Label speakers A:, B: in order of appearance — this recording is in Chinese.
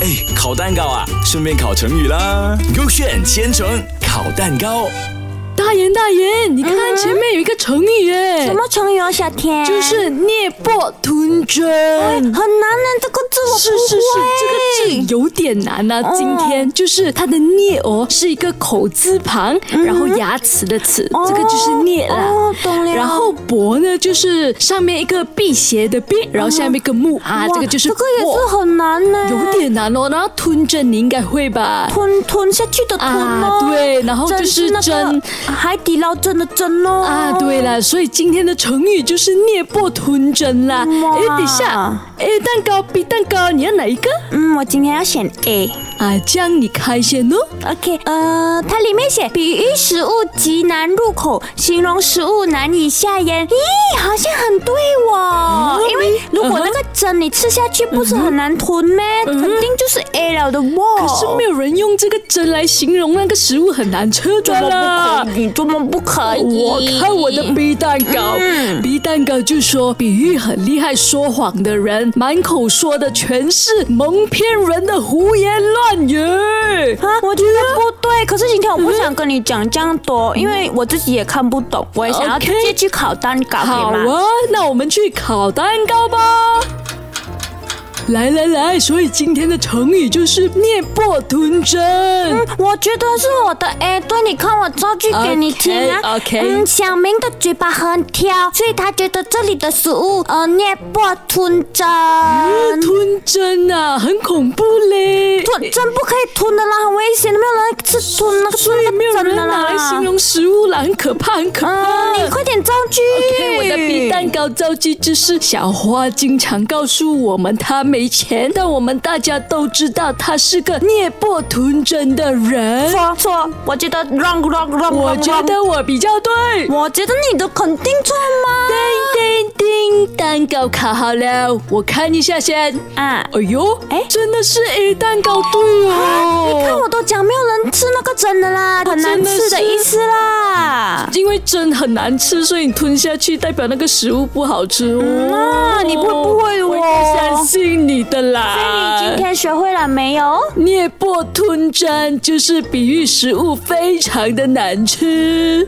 A: 哎，烤蛋糕啊，顺便烤成语啦。勾选千层烤蛋糕，
B: 大人大人，你看前面有一个成语耶，
C: 什么成语哦，小田？
B: 就是涅破吞
C: 很
B: 针。
C: 难呢，这个字我
B: 是是是，这
C: 字
B: 个字有点难啊。今
C: 哦
B: 天就是它的镊哦，是一个口字旁，然后牙齿的齿，这个就是镊啦。
C: 嗯哦，懂了。
B: 然后伯呢，就是上面一个辟邪的辟，然后下面一个木啊，
C: 嗯哇
B: 这个就是
C: 这个也
B: 伯
C: 是很难呢，
B: 有点难哦。然后吞针你应该会吧？
C: 吞吞下去的吞
B: 啊
C: 哦，，
B: 对，然后就
C: 针
B: 是
C: 那
B: 针
C: 个。海底捞针的针哦。
B: 啊，对了，所以今天的成语就是“捏破吞针”啦。
C: 哇
B: 哎，等一下，哎，蛋糕比蛋糕，你要哪一个？
C: 嗯，我今天要选 A。
B: 啊，这样你开先哦。
C: OK，呃，它里面写比喻食物极难入口，形容食物难以下咽。咦，好像很对哦，因为如果那个针你吃下去，不是很难吞咩？肯定就是 A 了的哇。
B: 可是没有人用这个针来形容那个食物很难吃的啦。
C: 你这么不可以？
B: 我看我的 B 蛋糕、b 蛋糕就说比喻很厉害说谎的人，满口说的全是蒙骗人的胡言乱语。
C: 啊，我觉得不对。可是今天我不想跟你讲这样多，因为我自己也看不懂，我也想要
B: OK
C: 直接去烤蛋糕，
B: 好
C: 可以吗？
B: 啊，那我们去烤蛋糕吧。来来来，所以今天的成语就是灭破吞针。
C: 我觉得是我的 A，对，你看我造句给你听啊。
B: OK，OK
C: 嗯，小明的嘴巴很挑，所以他觉得这里的食物呃捏破吞针，
B: 吞针啊，很恐怖嘞。
C: 吞针啊不可以吞的啦，很危险的，没有人吃吞那个
B: 所以没有
C: 那个
B: 人
C: 针的
B: 拿来形
C: 啦。
B: 容食物啦，很可怕，很可怕。
C: 嗯，你快点造句。
B: OK，我的 B 蛋糕造句就是小花经常告诉我们她没钱，但我们大家都知道她是个捏破吞针的人。
C: 错错，我觉得 wrong wrong wrong，
B: 我
C: wrong，
B: 觉
C: wrong
B: 得我比较对。
C: 我觉得你的肯定错吗？
B: 叮叮叮，蛋糕烤好了，我看一下先。
C: 啊，
B: 哎呦，哎
C: 哎，
B: 真的是 A 蛋糕对哦。
C: 看我都讲没有人吃那个真的啦，很难吃的意思啦。
B: 因为针很难吃，所以你吞下去代表那个食物不好吃哦。
C: 啊你会不会哦
B: 我不相信你的啦。
C: 你今天学会了没有？
B: 捏破吞针就是比喻食物非常的难吃。